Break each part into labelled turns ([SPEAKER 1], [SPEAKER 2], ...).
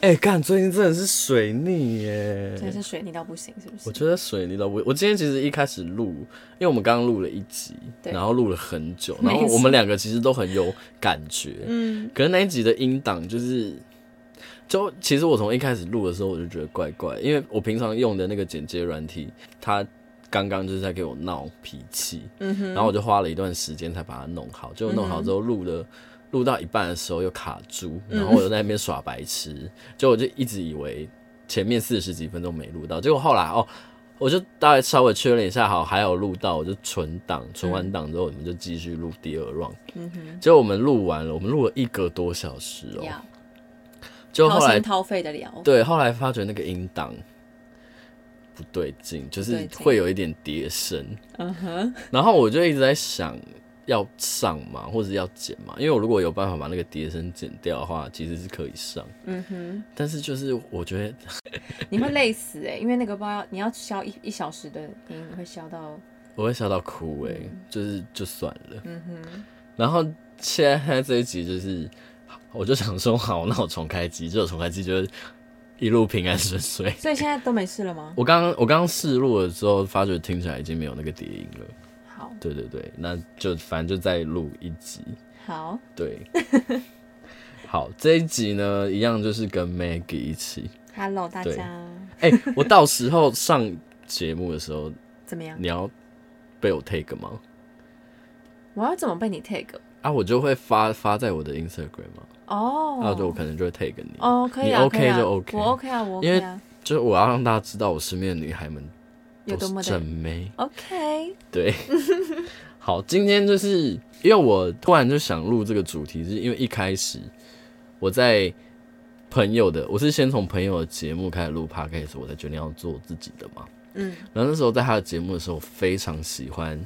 [SPEAKER 1] 哎、干，最近真的是水逆耶！
[SPEAKER 2] 真的是水泥到不行，是不
[SPEAKER 1] 我
[SPEAKER 2] 是？
[SPEAKER 1] 觉得水泥的，我我今天其实一开始录，因为我们刚刚录了一集，
[SPEAKER 2] 对
[SPEAKER 1] 然后录了很久，
[SPEAKER 2] 没
[SPEAKER 1] 然后我
[SPEAKER 2] 错
[SPEAKER 1] 们两个其实都很有感觉，嗯，可是那一集的音档就是，就其实我从一开始录的时候我就觉得怪怪，因为我平常用的那个剪接软体，它刚刚就是在给我闹脾气，嗯哼，然后我就花了一段时间才把它弄好，结果弄好之后录了。录到一半的时候又卡住，
[SPEAKER 2] 嗯
[SPEAKER 1] 然后我就在那边耍白痴，结果我就一直以为前面四十几分钟没录到，结果后来哦，我就大概稍微确认一下，好，还有录到，我就存档，存完档之后，我们就继续录第二 round。
[SPEAKER 2] 嗯哼，
[SPEAKER 1] 结果我们录完了，我们录了一个多小时哦、
[SPEAKER 2] 呀，
[SPEAKER 1] 结果
[SPEAKER 2] 掏
[SPEAKER 1] 后来
[SPEAKER 2] 心掏肺的聊，
[SPEAKER 1] 对，后来发觉那个音档不对劲，就
[SPEAKER 2] 不对
[SPEAKER 1] 是
[SPEAKER 2] 劲
[SPEAKER 1] 会有一点跌声，
[SPEAKER 2] 嗯哼，
[SPEAKER 1] 然后我就一直在想。要上嘛，或者要剪嘛？因为我如果有办法把那个跌声剪掉的话，其实是可以上。
[SPEAKER 2] 嗯哼，
[SPEAKER 1] 但是就是我觉得
[SPEAKER 2] 你会累死哎、因为那个包要你要消一一小时的音，你会消到，
[SPEAKER 1] 我会笑到哭诶、就是就算了。
[SPEAKER 2] 嗯哼，
[SPEAKER 1] 然后现在这一集就是，我就想说好，那我重开机，就重开机就是一路平安顺遂。
[SPEAKER 2] 所以现在都没事了吗？
[SPEAKER 1] 我刚刚我刚刚试录了之后，发觉听起来已经没有那个叠音了。
[SPEAKER 2] 好，
[SPEAKER 1] 对对对，那就反正就再录一集。
[SPEAKER 2] 好，
[SPEAKER 1] 对，好，这一集呢，一样就是跟 Maggie 一起。
[SPEAKER 2] Hello 大
[SPEAKER 1] 对
[SPEAKER 2] 家，
[SPEAKER 1] 哎、我到时候上节目的时候，
[SPEAKER 2] 怎么样？
[SPEAKER 1] 你要被我 take 吗？
[SPEAKER 2] 我要怎么被你 take？
[SPEAKER 1] 啊，我就会发发在我的 Instagram 嘛，
[SPEAKER 2] 哦，
[SPEAKER 1] 那、就我可能就会 take 你。
[SPEAKER 2] 哦，可以
[SPEAKER 1] 你
[SPEAKER 2] 啊，
[SPEAKER 1] OK
[SPEAKER 2] 可以啊
[SPEAKER 1] 就 OK
[SPEAKER 2] 我 OK 啊，我
[SPEAKER 1] 因为
[SPEAKER 2] OK 啊，
[SPEAKER 1] 就是我要让大家知道我身边的女孩们
[SPEAKER 2] 有
[SPEAKER 1] 都
[SPEAKER 2] 多么
[SPEAKER 1] 是
[SPEAKER 2] 的
[SPEAKER 1] 正妹。
[SPEAKER 2] OK，
[SPEAKER 1] 对， 好，今天就是因为我突然就想录这个主题，是因为一开始我在朋友的，我是先从朋友的节目开始录 podcast，我才决定要做自己的嘛。
[SPEAKER 2] 嗯，
[SPEAKER 1] 然后那时候在他的节目的时候，我非常喜欢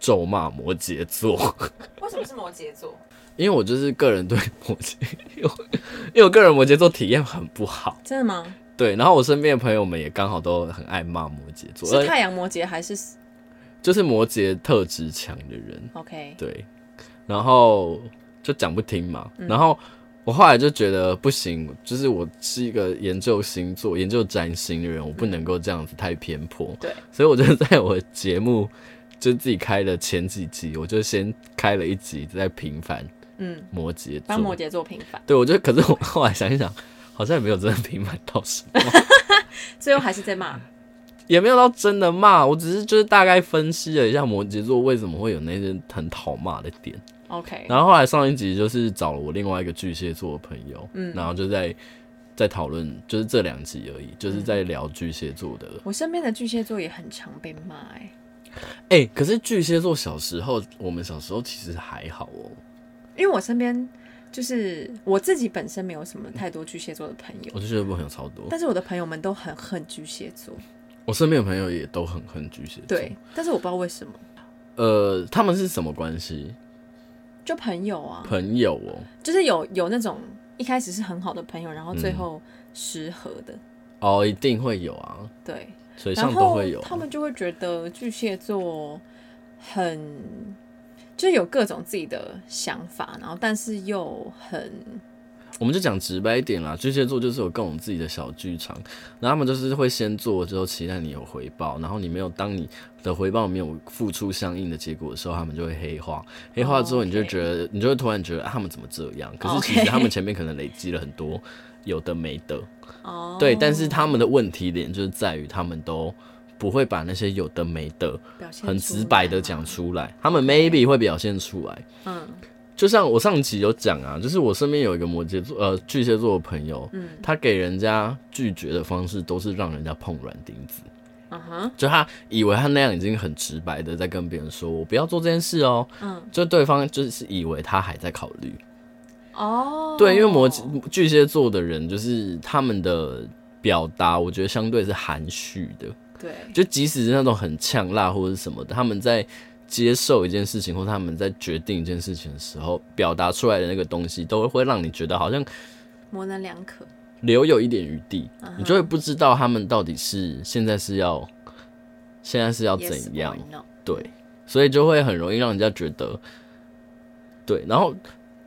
[SPEAKER 1] 咒骂摩羯座，
[SPEAKER 2] 为什么是摩羯座？
[SPEAKER 1] 因为我就是个人对摩羯，因为我因为我个人摩羯座体验很不好。
[SPEAKER 2] 真的吗？
[SPEAKER 1] 对，然后我身边的朋友们也刚好都很爱骂摩羯座，而
[SPEAKER 2] 是太阳摩羯还是
[SPEAKER 1] 就是摩羯特质强的人，
[SPEAKER 2] OK？
[SPEAKER 1] 对，然后就讲不听嘛，
[SPEAKER 2] 嗯
[SPEAKER 1] 然后我后来就觉得不行，就是我是一个研究星座、研究占星的人，我不能够这样子太偏颇，
[SPEAKER 2] 对，
[SPEAKER 1] 所以我就在我节目就自己开的前几集，我就先开了一集在平凡
[SPEAKER 2] 嗯，
[SPEAKER 1] 摩羯
[SPEAKER 2] 帮摩
[SPEAKER 1] 座，
[SPEAKER 2] 羯座平反，
[SPEAKER 1] 对我觉得，可是我后来想一想，好像也没有真的平凡到什么。
[SPEAKER 2] 最后还是在骂。
[SPEAKER 1] 也没有到真的骂，我只是就是大概分析了一下摩羯座为什么会有那些很讨骂的点。
[SPEAKER 2] OK，
[SPEAKER 1] 然后后来上一集就是找了我另外一个巨蟹座的朋友，嗯，然后就在在讨论，就是这两集而已，就是
[SPEAKER 2] 嗯
[SPEAKER 1] 在聊巨蟹座的。
[SPEAKER 2] 我身边的巨蟹座也很常被骂哎、
[SPEAKER 1] 哎、可是巨蟹座小时候，我们小时候其实还好哦。
[SPEAKER 2] 因为我身边就是我自己本身没有什么太多巨蟹座的朋友，
[SPEAKER 1] 我就觉得朋友超多，
[SPEAKER 2] 但是我的朋友们都很恨巨蟹座，
[SPEAKER 1] 我身边的朋友也都很恨巨蟹座。
[SPEAKER 2] 对，，但是我不知道为什么，
[SPEAKER 1] 呃，他们是什么关系？
[SPEAKER 2] 就朋友啊，
[SPEAKER 1] 朋友哦，
[SPEAKER 2] 就是有有那种一开始是很好的朋友，然后最
[SPEAKER 1] 嗯
[SPEAKER 2] 后失和的，
[SPEAKER 1] 哦，一定会有啊，
[SPEAKER 2] 对，
[SPEAKER 1] 水
[SPEAKER 2] 然
[SPEAKER 1] 上都
[SPEAKER 2] 后
[SPEAKER 1] 会有啊、
[SPEAKER 2] 他们就会觉得巨蟹座很。就是有各种自己的想法，然后但是又很
[SPEAKER 1] 我们就讲直白一点啦，巨蟹座就是有各种自己的小剧场，然后他们就是会先做，之后期待你有回报，然后你没有，当你的回报没有付出相应的结果的时候，他们就会黑化，黑化之后
[SPEAKER 2] 哦 OK
[SPEAKER 1] 你就觉得你就会突然觉得、啊、他们怎么这样？可是其
[SPEAKER 2] OK
[SPEAKER 1] 实他们前面可能累积了很多有的没的，
[SPEAKER 2] 哦，
[SPEAKER 1] 对，但是他们的问题点就是在于他们都不会把那些有的没的
[SPEAKER 2] 表现
[SPEAKER 1] 很
[SPEAKER 2] 出
[SPEAKER 1] 直白
[SPEAKER 2] 来
[SPEAKER 1] 的
[SPEAKER 2] 嘛
[SPEAKER 1] 讲，出来，他们 maybe 会表现出来。
[SPEAKER 2] 嗯
[SPEAKER 1] 就像我上期有讲啊，就是我身边有一个摩羯座呃巨蟹座的朋友，
[SPEAKER 2] 嗯
[SPEAKER 1] 他给人家拒绝的方式都是让人家碰软钉子，
[SPEAKER 2] 嗯哼，
[SPEAKER 1] 就他以为他那样已经很直白的在跟别人说我不要做这件事哦，
[SPEAKER 2] 嗯，
[SPEAKER 1] 就对方就是以为他还在考虑，
[SPEAKER 2] 哦，
[SPEAKER 1] 对，因为摩羯巨蟹座的人就是他们的表达，我觉得相对是含蓄的，
[SPEAKER 2] 对，
[SPEAKER 1] 就即使是那种很呛辣或者是什么的，他们在接受一件事情或他们在决定一件事情的时候，表达出来的那个东西，都会让你觉得好像
[SPEAKER 2] 模棱两可，
[SPEAKER 1] 留有一点余地，
[SPEAKER 2] 嗯哼
[SPEAKER 1] 你就会不知道他们到底是现在是要现在是要
[SPEAKER 2] Yes
[SPEAKER 1] 怎样
[SPEAKER 2] or no
[SPEAKER 1] 对，所以就会很容易让人家觉得对。然后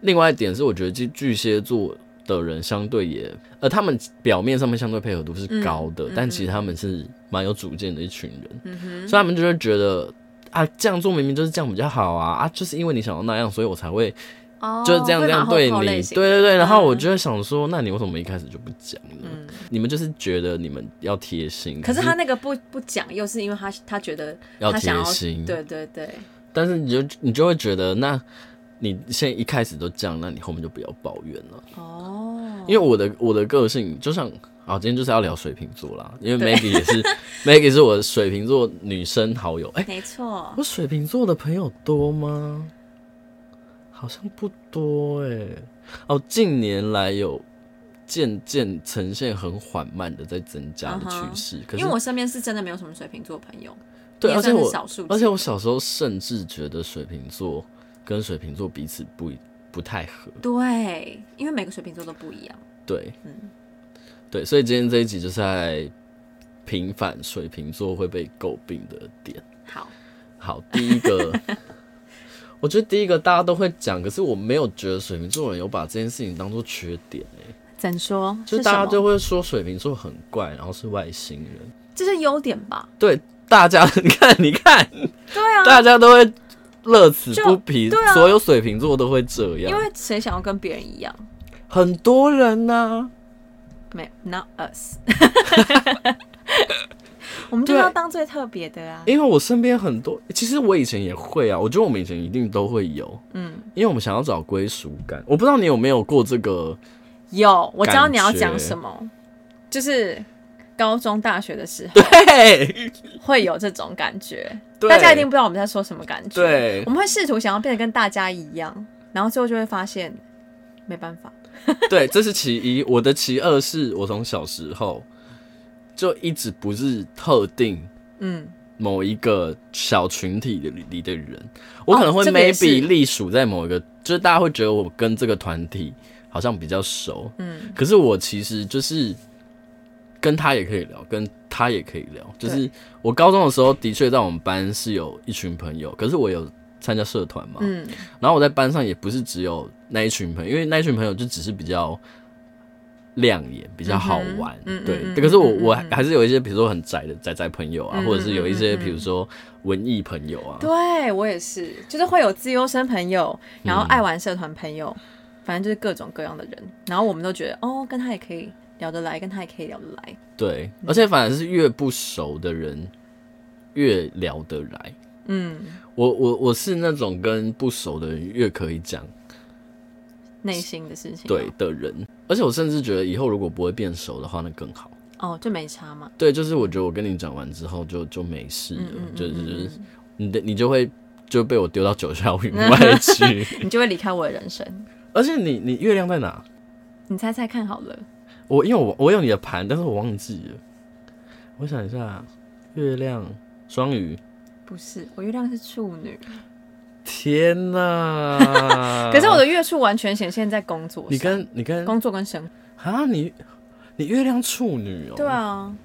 [SPEAKER 1] 另外一点是，我觉得巨巨蟹座的人相对也，呃，他们表面上面相对配合度是高
[SPEAKER 2] 嗯
[SPEAKER 1] 的，但其实他们是蛮有主见的一群人，所以他们就会觉得啊，这样做明明就是这样比较好啊，啊，就是因为你想要那样，所以我才会
[SPEAKER 2] 哦，
[SPEAKER 1] 就是这样这样对
[SPEAKER 2] 会马后
[SPEAKER 1] 你，
[SPEAKER 2] 炮类
[SPEAKER 1] 对
[SPEAKER 2] 型
[SPEAKER 1] 对对。然后我
[SPEAKER 2] 嗯
[SPEAKER 1] 就会想说，那你为什么一开始就不讲呢？
[SPEAKER 2] 嗯
[SPEAKER 1] 你们就是觉得你们要贴心，
[SPEAKER 2] 可
[SPEAKER 1] 是
[SPEAKER 2] 是他那个不不讲，又是因为他他觉得
[SPEAKER 1] 要
[SPEAKER 2] 他想
[SPEAKER 1] 贴
[SPEAKER 2] 要
[SPEAKER 1] 心，
[SPEAKER 2] 对对对，
[SPEAKER 1] 但是你就你就会觉得，那你现在一开始都这样，那你后面就不要抱怨了。
[SPEAKER 2] 哦，
[SPEAKER 1] 因为我的我的个性就像啊，今天就是要聊水瓶座啦，因为 Maggie 也 是 Maggie 是我的水瓶座女生好友。哎、
[SPEAKER 2] 没错，
[SPEAKER 1] 我水瓶座的朋友多吗？好像不多哎、哦，近年来有渐渐呈现很缓慢的在增加的趋势。可
[SPEAKER 2] 啊因
[SPEAKER 1] 是
[SPEAKER 2] 为我身边是真的没有什么水瓶座朋友，
[SPEAKER 1] 对，
[SPEAKER 2] 也
[SPEAKER 1] 而且
[SPEAKER 2] 算是
[SPEAKER 1] 我
[SPEAKER 2] 少数
[SPEAKER 1] 而且我小时候甚至觉得水瓶座跟水瓶座彼此不一不太合。
[SPEAKER 2] 对，因为每个水瓶座都不一样，
[SPEAKER 1] 对，
[SPEAKER 2] 嗯
[SPEAKER 1] 对，所以今天这一集就是在平反水瓶座会被诟病的点。
[SPEAKER 2] 好，
[SPEAKER 1] 好，第一个， 我觉得第一个大家都会讲，可是我没有觉得水瓶座人有把这件事情当做缺点、欸、
[SPEAKER 2] 怎说？
[SPEAKER 1] 就是大家
[SPEAKER 2] 什
[SPEAKER 1] 就
[SPEAKER 2] 么
[SPEAKER 1] 会说水瓶座很怪，然后是外星人。
[SPEAKER 2] 这是优点吧？
[SPEAKER 1] 对，大家 你看，你看，
[SPEAKER 2] 对啊，
[SPEAKER 1] 大家都会乐此
[SPEAKER 2] 就
[SPEAKER 1] 不疲，
[SPEAKER 2] 对啊
[SPEAKER 1] 所有水瓶座都会这
[SPEAKER 2] 因
[SPEAKER 1] 样，
[SPEAKER 2] 为谁想要跟别人一样？
[SPEAKER 1] 很多人啊呢、
[SPEAKER 2] 没，not us，我们就
[SPEAKER 1] 对
[SPEAKER 2] 要当最特别的啊。
[SPEAKER 1] 因为我身边很多，其实我以前也会啊，我觉得我们以前一定都会有，
[SPEAKER 2] 嗯，
[SPEAKER 1] 因为我们想要找归属感。我不知道你有没有过这个，
[SPEAKER 2] 有，我知道
[SPEAKER 1] 感
[SPEAKER 2] 你要
[SPEAKER 1] 觉
[SPEAKER 2] 讲什么，就是高中、大学的时候
[SPEAKER 1] 对，
[SPEAKER 2] 会有这种感觉。
[SPEAKER 1] 对
[SPEAKER 2] 大家一定不知道我们在说什么感觉。
[SPEAKER 1] 对
[SPEAKER 2] 我们会试图想要变得跟大家一样，然后最后就会发现没办法。
[SPEAKER 1] 对，这是其一。我的其二是我从小时候就一直不是特定
[SPEAKER 2] 嗯，
[SPEAKER 1] 某一个小群体里里的人，我可能会
[SPEAKER 2] 哦这个也是
[SPEAKER 1] maybe 隶属在某一个，就是大家会觉得我跟这个团体好像比较熟，
[SPEAKER 2] 嗯，
[SPEAKER 1] 可是我其实就是跟他也可以聊，跟他也可以聊，就
[SPEAKER 2] 对
[SPEAKER 1] 是我高中的时候的确在我们班是有一群朋友，可是我有参加社团嘛，
[SPEAKER 2] 嗯，
[SPEAKER 1] 然后我在班上也不是只有那一群朋友，因为那一群朋友就只是比较亮眼，比较好玩，
[SPEAKER 2] 嗯哼嗯
[SPEAKER 1] 对。
[SPEAKER 2] 嗯嗯
[SPEAKER 1] 可是我
[SPEAKER 2] 嗯嗯
[SPEAKER 1] 我还是有一些，比如说很宅的宅宅朋友啊，
[SPEAKER 2] 嗯
[SPEAKER 1] 或者是有一些
[SPEAKER 2] 嗯嗯嗯
[SPEAKER 1] 比如说文艺朋友啊，
[SPEAKER 2] 对我也是，就是会有自优生朋友，然后
[SPEAKER 1] 嗯
[SPEAKER 2] 爱玩社团朋友，反正就是各种各样的人。然后我们都觉得哦，跟他也可以聊得来，跟他也可以聊得来。
[SPEAKER 1] 对。而且反而是越不熟的人越聊得来。
[SPEAKER 2] 嗯，
[SPEAKER 1] 我我我是那种跟不熟的人越可以
[SPEAKER 2] 哎
[SPEAKER 1] 讲
[SPEAKER 2] 内心的事情。啊
[SPEAKER 1] 对，的人，而且我甚至觉得以后如果不会变熟的话，那更好。
[SPEAKER 2] 哦，就没差嘛。
[SPEAKER 1] 对，就是我觉得我跟你讲完之后就就没事了，
[SPEAKER 2] 嗯嗯
[SPEAKER 1] 就
[SPEAKER 2] 嗯
[SPEAKER 1] 是
[SPEAKER 2] 嗯
[SPEAKER 1] 你的你就会就被我丢到九霄云 外去。
[SPEAKER 2] 你就会离开我的人生。
[SPEAKER 1] 而且你你月亮在哪？
[SPEAKER 2] 你猜猜看好了，
[SPEAKER 1] 我因为我我有你的盘，但是我忘记了。我想一下，月亮双鱼，
[SPEAKER 2] 不是我月亮是处女，！
[SPEAKER 1] 天哪
[SPEAKER 2] 可是我的月处完全显现在工作上，
[SPEAKER 1] 呃你跟你跟
[SPEAKER 2] 工作跟生活。
[SPEAKER 1] 啊你你月亮处女哦、
[SPEAKER 2] 对啊，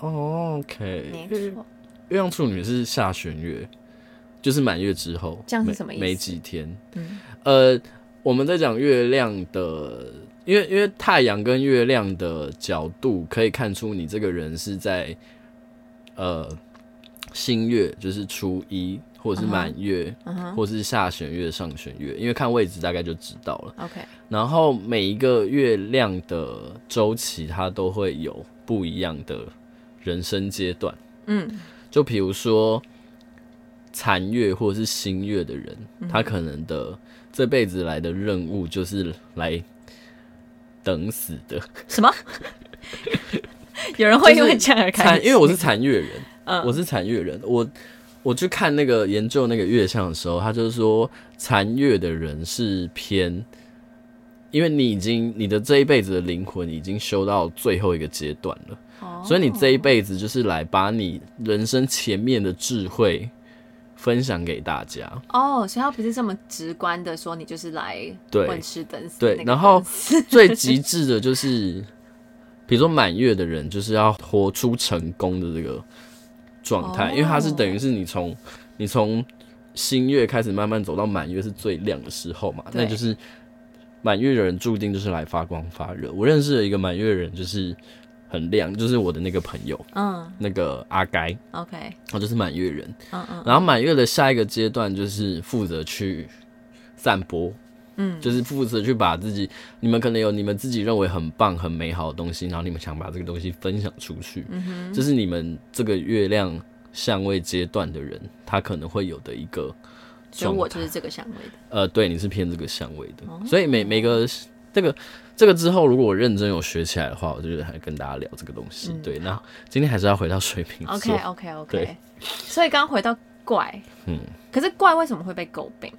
[SPEAKER 1] 哦，OK，
[SPEAKER 2] 没
[SPEAKER 1] 月
[SPEAKER 2] 错，
[SPEAKER 1] 月亮处女是下弦月，就是满月之后，
[SPEAKER 2] 这样是
[SPEAKER 1] 没
[SPEAKER 2] 什么意思
[SPEAKER 1] 没几天。
[SPEAKER 2] 嗯
[SPEAKER 1] 呃，我们在讲月亮的，因为因为太阳跟月亮的角度可以看出你这个人是在呃新月，就是初一，或者是满月
[SPEAKER 2] 嗯哼
[SPEAKER 1] 或者是下弦月、上弦月，因为看位置大概就知道了。
[SPEAKER 2] ，OK，
[SPEAKER 1] 然后每一个月亮的周期，它都会有不一样的人生阶段。
[SPEAKER 2] 嗯
[SPEAKER 1] 就比如说残月或者是新月的人，他可能的这辈子来的任务就是来等死的。
[SPEAKER 2] 什么？ 有人会因为这样而开
[SPEAKER 1] 残，
[SPEAKER 2] 心？
[SPEAKER 1] 因为我是残月人，
[SPEAKER 2] 嗯
[SPEAKER 1] 我是残月人，我我去看那个研究那个月相的时候，他就是说残月的人是偏。因为你已经你的这一辈子的灵魂已经修到最后一个阶段了，
[SPEAKER 2] 哦
[SPEAKER 1] 所以你这一辈子就是来把你人生前面的智慧分享给大家。
[SPEAKER 2] 哦，所以他不是这么直观的说你就是来
[SPEAKER 1] 对
[SPEAKER 2] 混吃等死
[SPEAKER 1] 对
[SPEAKER 2] 那个
[SPEAKER 1] 然后
[SPEAKER 2] 等死
[SPEAKER 1] 最极致的就是，比如说满月的人，就是要活出成功的这个状态，
[SPEAKER 2] 哦
[SPEAKER 1] 因为它是等于是你从你从新月开始慢慢走到满月是最亮的时候嘛，
[SPEAKER 2] 对
[SPEAKER 1] 那就是满月的人注定就是来发光发热。我认识了一个满月人，就是很亮，就是我的那个朋友，
[SPEAKER 2] 嗯
[SPEAKER 1] 那个阿该，
[SPEAKER 2] ，OK，
[SPEAKER 1] 他哦就是满月人。
[SPEAKER 2] 嗯嗯
[SPEAKER 1] 然后满月的下一个阶段就是负责去散播，
[SPEAKER 2] 嗯，
[SPEAKER 1] 就是负责去把自己，你们可能有你们自己认为很棒、很美好的东西，然后你们想把这个东西分享出去，
[SPEAKER 2] 嗯哼，
[SPEAKER 1] 这是你们这个月亮相位阶段的人，他可能会有的一个
[SPEAKER 2] 所以我
[SPEAKER 1] 状态。
[SPEAKER 2] 就是这个相位的，
[SPEAKER 1] 呃，对，你是偏这个相位的，
[SPEAKER 2] 哦
[SPEAKER 1] 所以每每个这个这个之后，如果我认真有学起来的话，我就觉得还跟大家聊这个东西。
[SPEAKER 2] 嗯
[SPEAKER 1] 对，那今天还是要回到水瓶座
[SPEAKER 2] OK OK
[SPEAKER 1] 对
[SPEAKER 2] OK，所以刚刚回到怪，
[SPEAKER 1] 嗯，
[SPEAKER 2] 可是怪为什么会被诟病？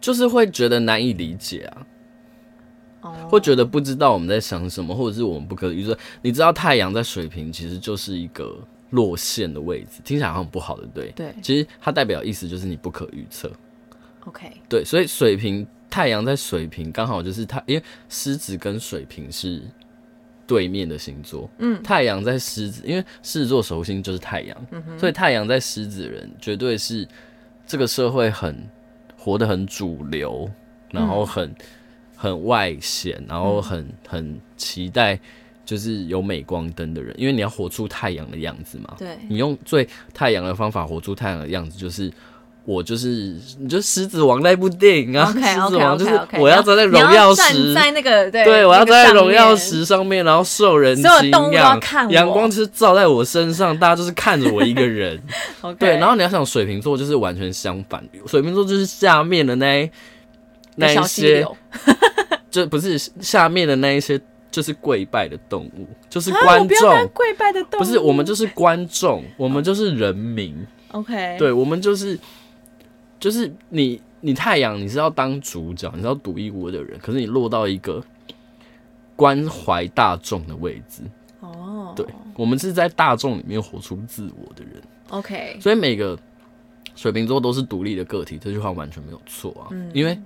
[SPEAKER 1] 就是会觉得难以理解啊。
[SPEAKER 2] 哦，
[SPEAKER 1] 会觉得不知道我们在想什么，或者是我们不可预测。你知道太阳在水瓶其实就是一个落线的位置，听起来好像很不好，对不对？
[SPEAKER 2] 对
[SPEAKER 1] 其实它代表意思就是你不可预测，
[SPEAKER 2] OK，
[SPEAKER 1] 对，所以水瓶太阳在水瓶刚好就是它，因为狮子跟水瓶是对面的星座，
[SPEAKER 2] 嗯，
[SPEAKER 1] 太阳在狮子，因为狮子座首星就是太阳，所以太阳在狮子的人绝对是这个社会很活得很主流，然后很、很外显，然后很很期待就是有镁光灯的人，因为你要活出太阳的样子嘛，
[SPEAKER 2] 对，
[SPEAKER 1] 你用最太阳的方法活出太阳的样子，就是我就是你就是狮子王那部电影啊，狮
[SPEAKER 2] OK，OK，OK，OK，
[SPEAKER 1] 子王就是
[SPEAKER 2] OK，OK，
[SPEAKER 1] 我要站在荣耀
[SPEAKER 2] 你要站
[SPEAKER 1] 石，
[SPEAKER 2] 在那个对
[SPEAKER 1] 对我要站在荣耀，
[SPEAKER 2] 那个上面
[SPEAKER 1] 石上面，然后受人
[SPEAKER 2] 所有
[SPEAKER 1] 敬
[SPEAKER 2] 动物都要
[SPEAKER 1] 仰
[SPEAKER 2] 看，我
[SPEAKER 1] 阳光就是照在我身上，大家就是看着我一个人。
[SPEAKER 2] OK，
[SPEAKER 1] 对，然后你要想水瓶座就是完全相反，水瓶座就是下面的那一那
[SPEAKER 2] 小
[SPEAKER 1] 一
[SPEAKER 2] 溪
[SPEAKER 1] 些，
[SPEAKER 2] 流
[SPEAKER 1] 就不是下面的那一些就是跪拜的动物，就是
[SPEAKER 2] 啊我
[SPEAKER 1] 观
[SPEAKER 2] 不要当
[SPEAKER 1] 众。
[SPEAKER 2] 跪拜的动物，
[SPEAKER 1] 不是，我们就是观众，我们就是人民。
[SPEAKER 2] OK，
[SPEAKER 1] 对，我们就是就是你你太阳，你是要当主角，你是要独一无二的人，可是你落到一个关怀大众的位置。
[SPEAKER 2] 哦，
[SPEAKER 1] 对，我们是在大众里面活出自我的人，
[SPEAKER 2] ，OK，
[SPEAKER 1] 所以每个水瓶座都是独立的个体，这句话完全没有错啊。
[SPEAKER 2] 嗯
[SPEAKER 1] 因为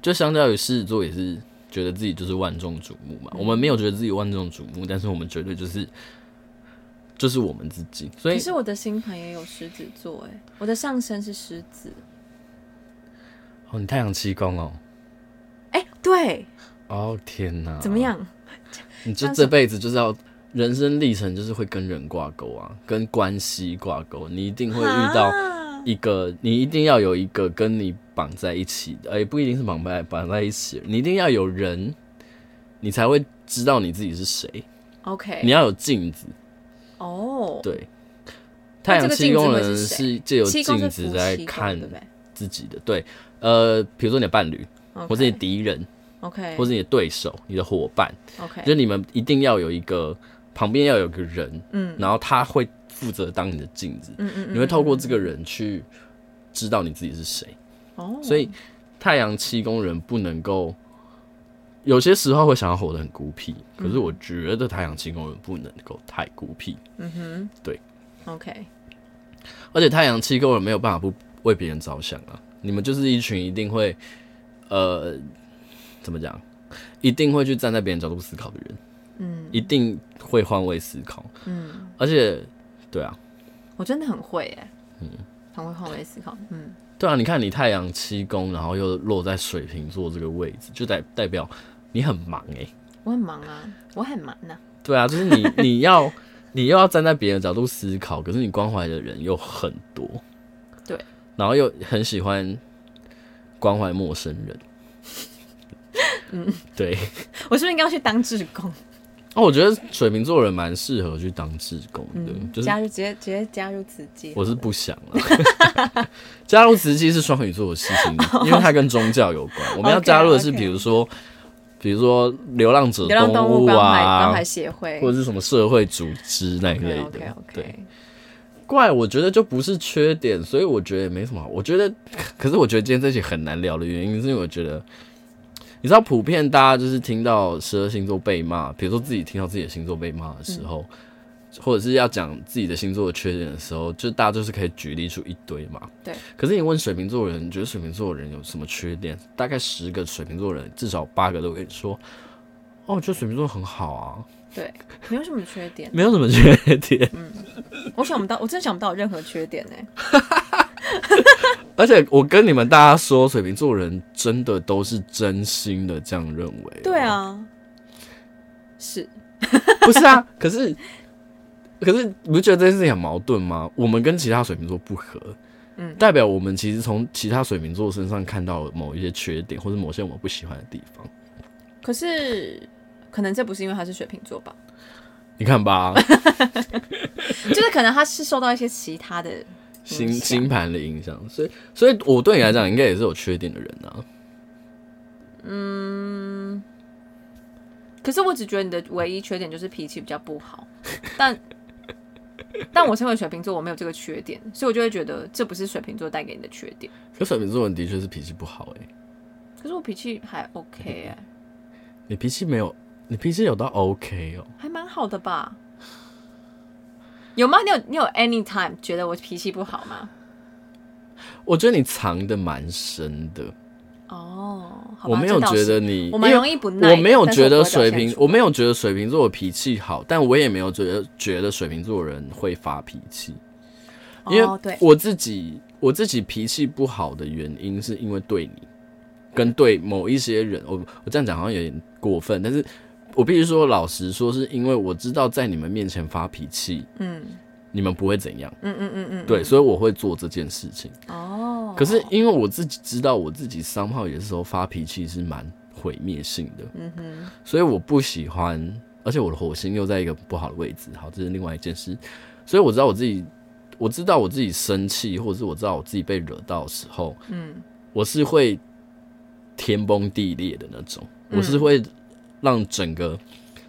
[SPEAKER 1] 就相较于狮子座也是。觉得自己就是万众瞩目
[SPEAKER 2] 嗯
[SPEAKER 1] 嘛，我们没有觉得自己万众瞩目，但是我们绝对就是就是我们自己，所以
[SPEAKER 2] 可是我的星盘也有狮子座，哎，我的上身是狮子，
[SPEAKER 1] 哦，你太阳七宫哦，
[SPEAKER 2] 哎，对，
[SPEAKER 1] 哦天哪，
[SPEAKER 2] 怎么样？
[SPEAKER 1] 你就这辈子就是要人生历程，就是会跟人挂钩啊，跟关系挂钩，你一定会遇到
[SPEAKER 2] 啊
[SPEAKER 1] 一个，你一定要有一个跟你绑在一起的，哎、不一定是绑在绑在一起，你一定要有人，你才会知道你自己是谁。你
[SPEAKER 2] OK，
[SPEAKER 1] 要有镜子，
[SPEAKER 2] 哦，
[SPEAKER 1] 对。太
[SPEAKER 2] 那这
[SPEAKER 1] 阳
[SPEAKER 2] 个
[SPEAKER 1] 七
[SPEAKER 2] 镜子
[SPEAKER 1] 宫
[SPEAKER 2] 会
[SPEAKER 1] 人
[SPEAKER 2] 是谁
[SPEAKER 1] 是借由
[SPEAKER 2] 七宫
[SPEAKER 1] 镜
[SPEAKER 2] 是
[SPEAKER 1] 子
[SPEAKER 2] 夫
[SPEAKER 1] 在
[SPEAKER 2] 妻宫
[SPEAKER 1] 看
[SPEAKER 2] 对不对
[SPEAKER 1] 自己的，对，呃，比如说你的伴侣，
[SPEAKER 2] OK？
[SPEAKER 1] 或是你的敌人，
[SPEAKER 2] OK，
[SPEAKER 1] 或是你的对手、你的伙伴，就
[SPEAKER 2] OK，
[SPEAKER 1] 你们一定要有一个旁边要有个人，
[SPEAKER 2] 嗯
[SPEAKER 1] 然后他会负责当你的镜子，
[SPEAKER 2] 嗯嗯嗯，
[SPEAKER 1] 你会透过这个人去知道你自己是谁。
[SPEAKER 2] 哦，
[SPEAKER 1] 所以太阳七宫人不能够，有些时候会想要活得很孤僻，可是我觉得太阳七宫人不能够太孤僻，
[SPEAKER 2] 嗯哼，
[SPEAKER 1] 对
[SPEAKER 2] ，OK，
[SPEAKER 1] 而且太阳七宫人没有办法不为别人着想啊，你们就是一群一定会，呃，怎么讲？一定会去站在别人角度思考的人，
[SPEAKER 2] 嗯
[SPEAKER 1] 一定会换位思考，
[SPEAKER 2] 嗯，
[SPEAKER 1] 而且，对啊，
[SPEAKER 2] 我真的很会哎，嗯，很会换位思考，嗯，
[SPEAKER 1] 对啊，你看你太阳七宫，然后又落在水瓶座这个位置，就代代表你很忙欸诶、
[SPEAKER 2] 我很忙啊，我很忙呐，
[SPEAKER 1] 对啊，就是你 你要你又要站在别人的角度思考，可是你关怀的人又很多，
[SPEAKER 2] 对，
[SPEAKER 1] 然后又很喜欢关怀陌生人。嗯，对。
[SPEAKER 2] 我是不是应该要去当志工？
[SPEAKER 1] 哦，我觉得水瓶座人蛮适合去当志工的，嗯就是
[SPEAKER 2] 嗯加入直接直接加入自己，
[SPEAKER 1] 我是不想了。 加入慈济是双鱼座的事情，
[SPEAKER 2] 哦
[SPEAKER 1] 因为它跟宗教有关。我们要加入的是，
[SPEAKER 2] OK，OK
[SPEAKER 1] 比如说，比如说流浪者
[SPEAKER 2] 流浪动
[SPEAKER 1] 物
[SPEAKER 2] 物关怀关
[SPEAKER 1] 啊
[SPEAKER 2] 怀，协会
[SPEAKER 1] 或者是什么社会组织那一类的
[SPEAKER 2] OK。
[SPEAKER 1] 对，
[SPEAKER 2] OK，
[SPEAKER 1] 怪我觉得就不是缺点，所以我觉得也没什么好。我觉得，可是我觉得今天这期很难聊的原因，是因为我觉得。你知道，普遍大家就是听到十二星座被骂，比如说自己听到自己的星座被骂的时候，或者是要讲自己的星座的缺点的时候，就大家就是可以举例出一堆嘛。
[SPEAKER 2] 对。
[SPEAKER 1] 可是你问水瓶座人，你觉得水瓶座人有什么缺点？大概十个水瓶座人，至少八个都会说：“哦，我觉得水瓶座很好啊，
[SPEAKER 2] 对，没有什么缺点。
[SPEAKER 1] 没有什么缺点。
[SPEAKER 2] 欸我想不到，我真的想不到有任何缺点呢、
[SPEAKER 1] 而且我跟你们大家说，水瓶座人真的都是真心的这样认为、
[SPEAKER 2] 对，啊，是
[SPEAKER 1] 不是啊？ 可是，可是你不觉得这件事情很矛盾吗？我们跟其他水瓶座不合，
[SPEAKER 2] 嗯
[SPEAKER 1] 代表我们其实从其他水瓶座身上看到某一些缺点，或者某些我们不喜欢的地方。
[SPEAKER 2] 可是可能这不是因为他是水瓶座 吧，
[SPEAKER 1] 你看 吧，
[SPEAKER 2] 就是可能他是受到一些其他的
[SPEAKER 1] 星
[SPEAKER 2] 影响
[SPEAKER 1] 星盘的影响，所以，所以我对你来讲，应该也是有缺点的人啊。
[SPEAKER 2] 可是我只觉得你的唯一缺点就是脾气比较不好，但但我身为水瓶座，我没有这个缺点，所以我就会觉得这不是水瓶座带给你的缺点。
[SPEAKER 1] 可水瓶座人的确是脾气不好哎、
[SPEAKER 2] 可是我脾气还 OK 哎、
[SPEAKER 1] 你脾气没有，你脾气有到 OK 哦、
[SPEAKER 2] 还蛮好的吧？有吗？你有你有 anytime 觉得我脾气不好吗？
[SPEAKER 1] 我觉得你藏的蛮深的，
[SPEAKER 2] 哦，好吧，
[SPEAKER 1] 我没有
[SPEAKER 2] 这倒
[SPEAKER 1] 觉
[SPEAKER 2] 是
[SPEAKER 1] 得你，
[SPEAKER 2] 我蛮
[SPEAKER 1] 因为
[SPEAKER 2] 容易不耐的，
[SPEAKER 1] 我没有
[SPEAKER 2] 但是
[SPEAKER 1] 觉得
[SPEAKER 2] 不会表
[SPEAKER 1] 水
[SPEAKER 2] 现
[SPEAKER 1] 瓶，
[SPEAKER 2] 出
[SPEAKER 1] 我没有觉得水瓶座的脾气好，但我也没有觉得觉得水瓶座人会发脾气，因
[SPEAKER 2] 哦、
[SPEAKER 1] 为
[SPEAKER 2] 对，
[SPEAKER 1] 我自己我自己脾气不好的原因是因为对你跟对某一些人，我我这样讲好像有点过分，但是我必须说老实说，是因为我知道在你们面前发脾气，
[SPEAKER 2] 嗯
[SPEAKER 1] 你们不会怎样，
[SPEAKER 2] 嗯嗯嗯嗯，
[SPEAKER 1] 对，所以我会做这件事情。
[SPEAKER 2] 哦，
[SPEAKER 1] 可是因为我自己知道，我自己三号有时候发脾气是蛮毁灭性的，
[SPEAKER 2] 嗯哼，
[SPEAKER 1] 所以我不喜欢，而且我的火星又在一个不好的位置，好，这是另外一件事。所以我知道我自己，我知道我自己生气，或者是我知道我自己被惹到的时候，
[SPEAKER 2] 嗯
[SPEAKER 1] 我是会天崩地裂的那种，
[SPEAKER 2] 嗯
[SPEAKER 1] 我是会让整个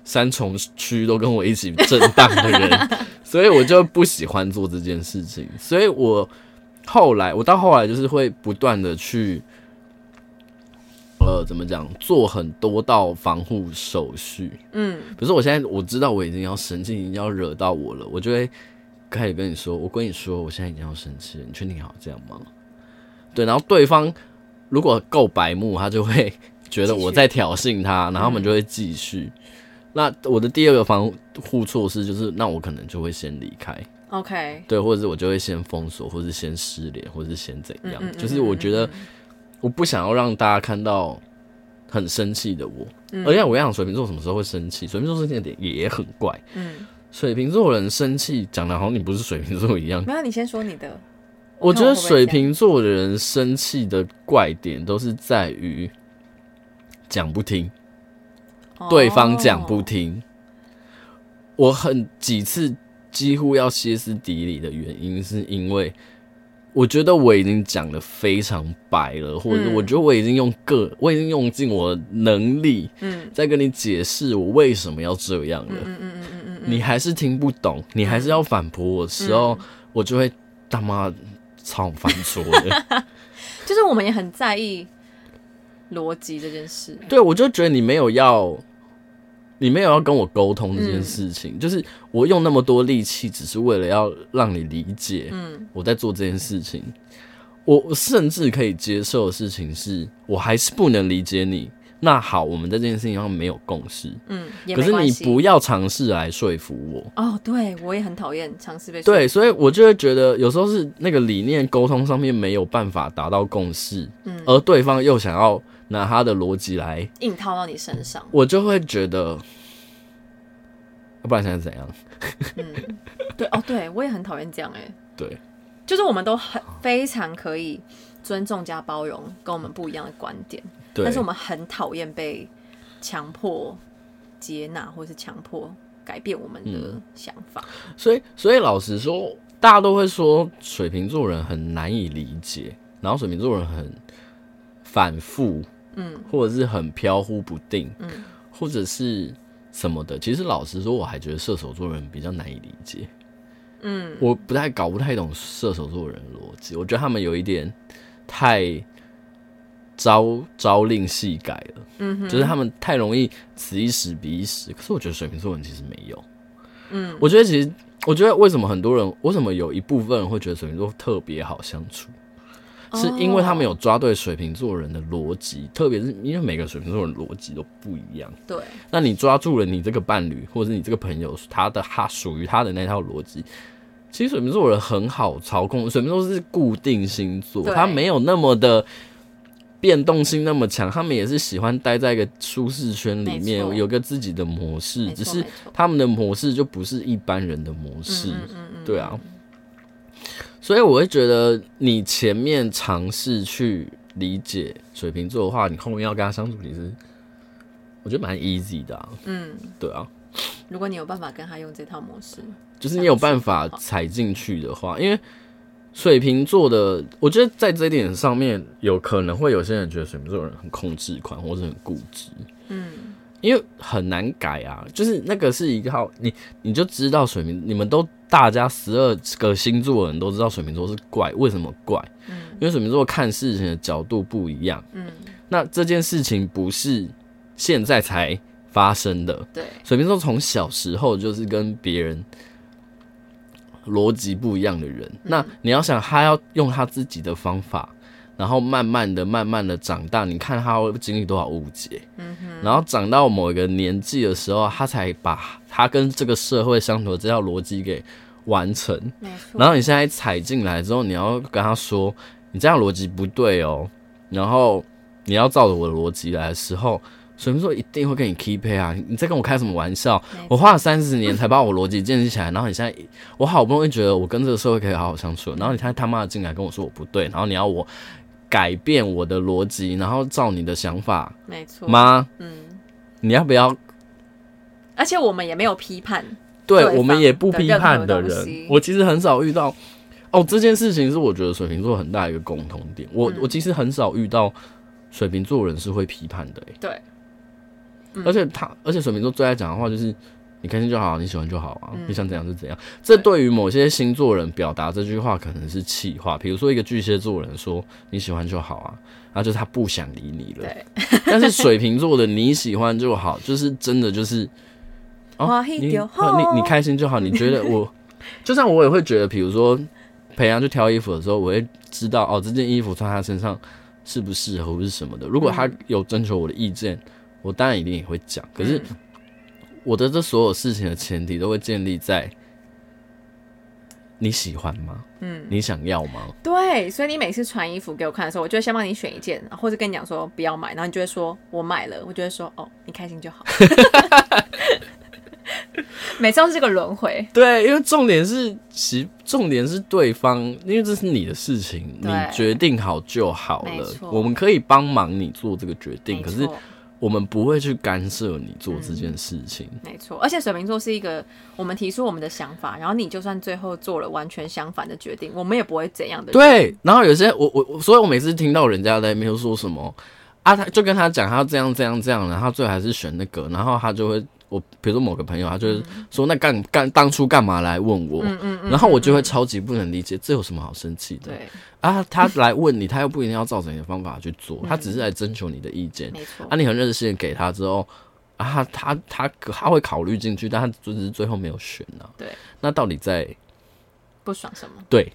[SPEAKER 1] 三重区都跟我一起震荡的人， 所以我就不喜欢做这件事情。所以我后来，我到后来就是会不断的去，呃，怎么讲，做很多道防护手续。
[SPEAKER 2] 嗯，
[SPEAKER 1] 比如说，我现在我知道我已经要生气，已经要惹到我了，我就会开始跟你说，我跟你说，我现在已经要生气了，你确定好这样吗？对，然后对方如果够白目，他就会觉得我在挑衅他，然后他们就会继续。那我的第二个防护措施就是，那我可能就会先离开，
[SPEAKER 2] OK，
[SPEAKER 1] 对，或者是我就会先封锁，或是先失联，或是先怎样，
[SPEAKER 2] 嗯嗯嗯
[SPEAKER 1] 就是我觉得我不想要让大家看到很生气的我。
[SPEAKER 2] 嗯
[SPEAKER 1] 而且我跟你讲，水瓶座什么时候会生气？水瓶座生气的点也很怪。
[SPEAKER 2] 嗯，
[SPEAKER 1] 水瓶座人生气，讲的好像你不是水瓶座一样。
[SPEAKER 2] 没有，你先说你的，
[SPEAKER 1] 我觉得
[SPEAKER 2] 看我会
[SPEAKER 1] 水
[SPEAKER 2] 不会这样
[SPEAKER 1] 瓶座的人生气的怪点都是在于讲不听，对方讲不
[SPEAKER 2] 哦
[SPEAKER 1] 听。我很几次几乎要歇斯底里的原因，是因为我觉得我已经讲的非常白了，或者是
[SPEAKER 2] 嗯
[SPEAKER 1] 我觉得我已经用个，我已经用尽我的能力
[SPEAKER 2] 嗯
[SPEAKER 1] 在跟你解释我为什么要这样了。
[SPEAKER 2] 嗯嗯嗯嗯嗯，
[SPEAKER 1] 你还是听不懂，你还是要反驳我的时候，我就会他妈操翻桌的。
[SPEAKER 2] 就是我们也很在意逻辑这件事。
[SPEAKER 1] 对，我就觉得你没有要，你没有要跟我沟通这
[SPEAKER 2] 嗯
[SPEAKER 1] 件事情，就是我用那么多力气，只是为了要让你理解
[SPEAKER 2] 嗯
[SPEAKER 1] 我在做这件事情。我我甚至可以接受的事情是，我还是不能理解你。那好，我们在这件事情上没有共识，
[SPEAKER 2] 嗯，也
[SPEAKER 1] 可
[SPEAKER 2] 没
[SPEAKER 1] 是
[SPEAKER 2] 关
[SPEAKER 1] 你
[SPEAKER 2] 系
[SPEAKER 1] 不要尝试来说服我。
[SPEAKER 2] 哦，对我也很讨厌尝试被说
[SPEAKER 1] 对，所以我就会觉得有时候是那个理念沟通上面没有办法达到共识，
[SPEAKER 2] 嗯
[SPEAKER 1] 而对方又想要拿他的逻辑来，
[SPEAKER 2] 硬套到你身上。
[SPEAKER 1] 我就会觉得，啊不然想怎样？
[SPEAKER 2] 嗯，对哦，对我也很讨厌这样哎、
[SPEAKER 1] 对，
[SPEAKER 2] 就是我们都很非常可以尊重加包容，跟我们不一样的观点，
[SPEAKER 1] 对，
[SPEAKER 2] 但是我们很讨厌被强迫接纳，或是强迫改变我们
[SPEAKER 1] 嗯
[SPEAKER 2] 的想法。
[SPEAKER 1] 所以所以老实说，大家都会说水瓶座人很难以理解，然后水瓶座人很反复，
[SPEAKER 2] 嗯，
[SPEAKER 1] 或者是很飘忽不定，
[SPEAKER 2] 嗯，
[SPEAKER 1] 或者是什么的。其实老实说，我还觉得射手座人比较难以理解。
[SPEAKER 2] 嗯，
[SPEAKER 1] 我不太搞不太懂射手座人的逻辑，我觉得他们有一点太朝朝令夕改了，
[SPEAKER 2] 嗯哼，
[SPEAKER 1] 就是他们太容易此一时彼一时。可是我觉得水瓶座人其实没有，
[SPEAKER 2] 嗯，
[SPEAKER 1] 我觉得其实，我觉得为什么很多人，为什么有一部分人会觉得水瓶座特别好相处，
[SPEAKER 2] 哦
[SPEAKER 1] 是因为他们有抓对水瓶座人的逻辑，特别是因为每个水瓶座人逻辑都不一样。
[SPEAKER 2] 对，
[SPEAKER 1] 那你抓住了你这个伴侣，或者是你这个朋友，他的他属于他的那套逻辑，其实水瓶座人很好操控，水瓶座是固定星座，
[SPEAKER 2] 对
[SPEAKER 1] 他没有那么的变动性那么强，他们也是喜欢待在一个舒适圈里
[SPEAKER 2] 没
[SPEAKER 1] 面
[SPEAKER 2] 错，
[SPEAKER 1] 有个自己的模式，
[SPEAKER 2] 没
[SPEAKER 1] 嗯只
[SPEAKER 2] 错
[SPEAKER 1] 是
[SPEAKER 2] 没错
[SPEAKER 1] 他们的模式就不是一般人的模式，
[SPEAKER 2] 嗯嗯嗯，
[SPEAKER 1] 对啊。所以我会觉得，你前面尝试去理解水瓶座的话，你后面要跟他相处，其实我觉得蛮 easy 的、啊，
[SPEAKER 2] 嗯，
[SPEAKER 1] 对啊。
[SPEAKER 2] 如果你有办法跟他用这套模式，
[SPEAKER 1] 就是你有办法踩进去的话，因为水瓶座的，我觉得在这一点上面，有可能会有些人觉得水瓶座人很控制狂或者很固执，
[SPEAKER 2] 嗯，
[SPEAKER 1] 因为很难改啊。就是那个是一个号，你你就知道水瓶，你们都大家十二个星座的人都知道水瓶座是怪，为什么怪？因为水瓶座看事情的角度不一样，
[SPEAKER 2] 嗯，
[SPEAKER 1] 那这件事情不是现在才发生的，
[SPEAKER 2] 对，
[SPEAKER 1] 水瓶座从小时候就是跟别人逻辑不一样的人。那你要想，他要用他自己的方法，然后慢慢的、慢慢的长大，你看他会经历多少误解。然后长到某一个年纪的时候，他才把他跟这个社会相处的这套逻辑给完成。
[SPEAKER 2] 没错，
[SPEAKER 1] 然后你现在踩进来之后，你要跟他说，你这样逻辑不对哦，然后你要照着我的逻辑来的时候，水瓶座一定会跟你 keep 配啊，你在跟我开什么玩笑
[SPEAKER 2] 没错？
[SPEAKER 1] 我花了三十年才把我逻辑建立起来，然后你现在我好不容易觉得我跟这个社会可以好好相处，然后你现在他妈的进来跟我说我不对，然后你要我改变我的逻辑，然后照你的想法
[SPEAKER 2] 没错，
[SPEAKER 1] 吗？
[SPEAKER 2] 嗯，
[SPEAKER 1] 你要不要
[SPEAKER 2] 而且我们也没有批判，
[SPEAKER 1] 对
[SPEAKER 2] 对
[SPEAKER 1] 我们
[SPEAKER 2] 方
[SPEAKER 1] 也不
[SPEAKER 2] 的
[SPEAKER 1] 批
[SPEAKER 2] 任何
[SPEAKER 1] 判的
[SPEAKER 2] 东
[SPEAKER 1] 人
[SPEAKER 2] 西，
[SPEAKER 1] 我其实很少遇到。哦，这件事情是我觉得水瓶座很大一个共同点。我、
[SPEAKER 2] 嗯
[SPEAKER 1] 我其实很少遇到水瓶座人是会批判的、欸，
[SPEAKER 2] 对，
[SPEAKER 1] 而
[SPEAKER 2] 嗯
[SPEAKER 1] 且他，而且水瓶座最爱讲的话就是你开心就好，你喜欢就好啊，你想怎样就怎样。这对于某些星座人表达这句话可能是气话，比如说一个巨蟹座人说你喜欢就好啊，然后就是他不想理你了。 但是水瓶座的你喜欢就好，就是真的就是。
[SPEAKER 2] 哇
[SPEAKER 1] 哦，
[SPEAKER 2] 嘿
[SPEAKER 1] 你
[SPEAKER 2] 丢
[SPEAKER 1] 哦你你开心就好，你觉得我，就像我也会觉得，比如说培养去挑衣服的时候，我会知道哦，这件衣服穿他身上适不适合，或是什么的。如果他有征求我的意见，我当然一定也会讲。可是我的这所有事情的前提都会建立在你喜欢吗？嗯，你想要吗？
[SPEAKER 2] 对，所以你每次传衣服给我看的时候，我就会先帮你选一件，或者跟你讲说不要买，然后你就会说我买了，我就会说哦，你开心就好。 每次都是这个轮回，
[SPEAKER 1] 对，因为重点是其重点是对方，因为这是你的事情，你
[SPEAKER 2] 对
[SPEAKER 1] 决定好就好
[SPEAKER 2] 没
[SPEAKER 1] 了。
[SPEAKER 2] 错
[SPEAKER 1] 我们可以帮忙你做这个决定，
[SPEAKER 2] 没
[SPEAKER 1] 可是
[SPEAKER 2] 错，
[SPEAKER 1] 我们不会去干涉你做这件事情。
[SPEAKER 2] 没错。而且水瓶座是一个，我们提出我们的想法，然后你就算最后做了完全相反的决定，我们也不会怎样的人。
[SPEAKER 1] 对，啊然后有些我我我，所以我每次听到人家在那边说什么啊，他就跟他讲他这样这样这样，然后他最后还是选那个，然后他就会。我比如说某个朋友，他就会
[SPEAKER 2] 嗯
[SPEAKER 1] 说那干干当初干嘛来问我？然后我就
[SPEAKER 2] 嗯
[SPEAKER 1] 会超级不能理解，这有什么好生气的？
[SPEAKER 2] 对，
[SPEAKER 1] 啊，他来问你，他又不一定要照着你的方法去做，他只是来征求你的意见。
[SPEAKER 2] 没错。
[SPEAKER 1] 啊，你很认真地给他之后，啊，他他他他会考虑进去，但他只是最后没有选啊。
[SPEAKER 2] 对，
[SPEAKER 1] 那到底在
[SPEAKER 2] 不爽什么？
[SPEAKER 1] 对？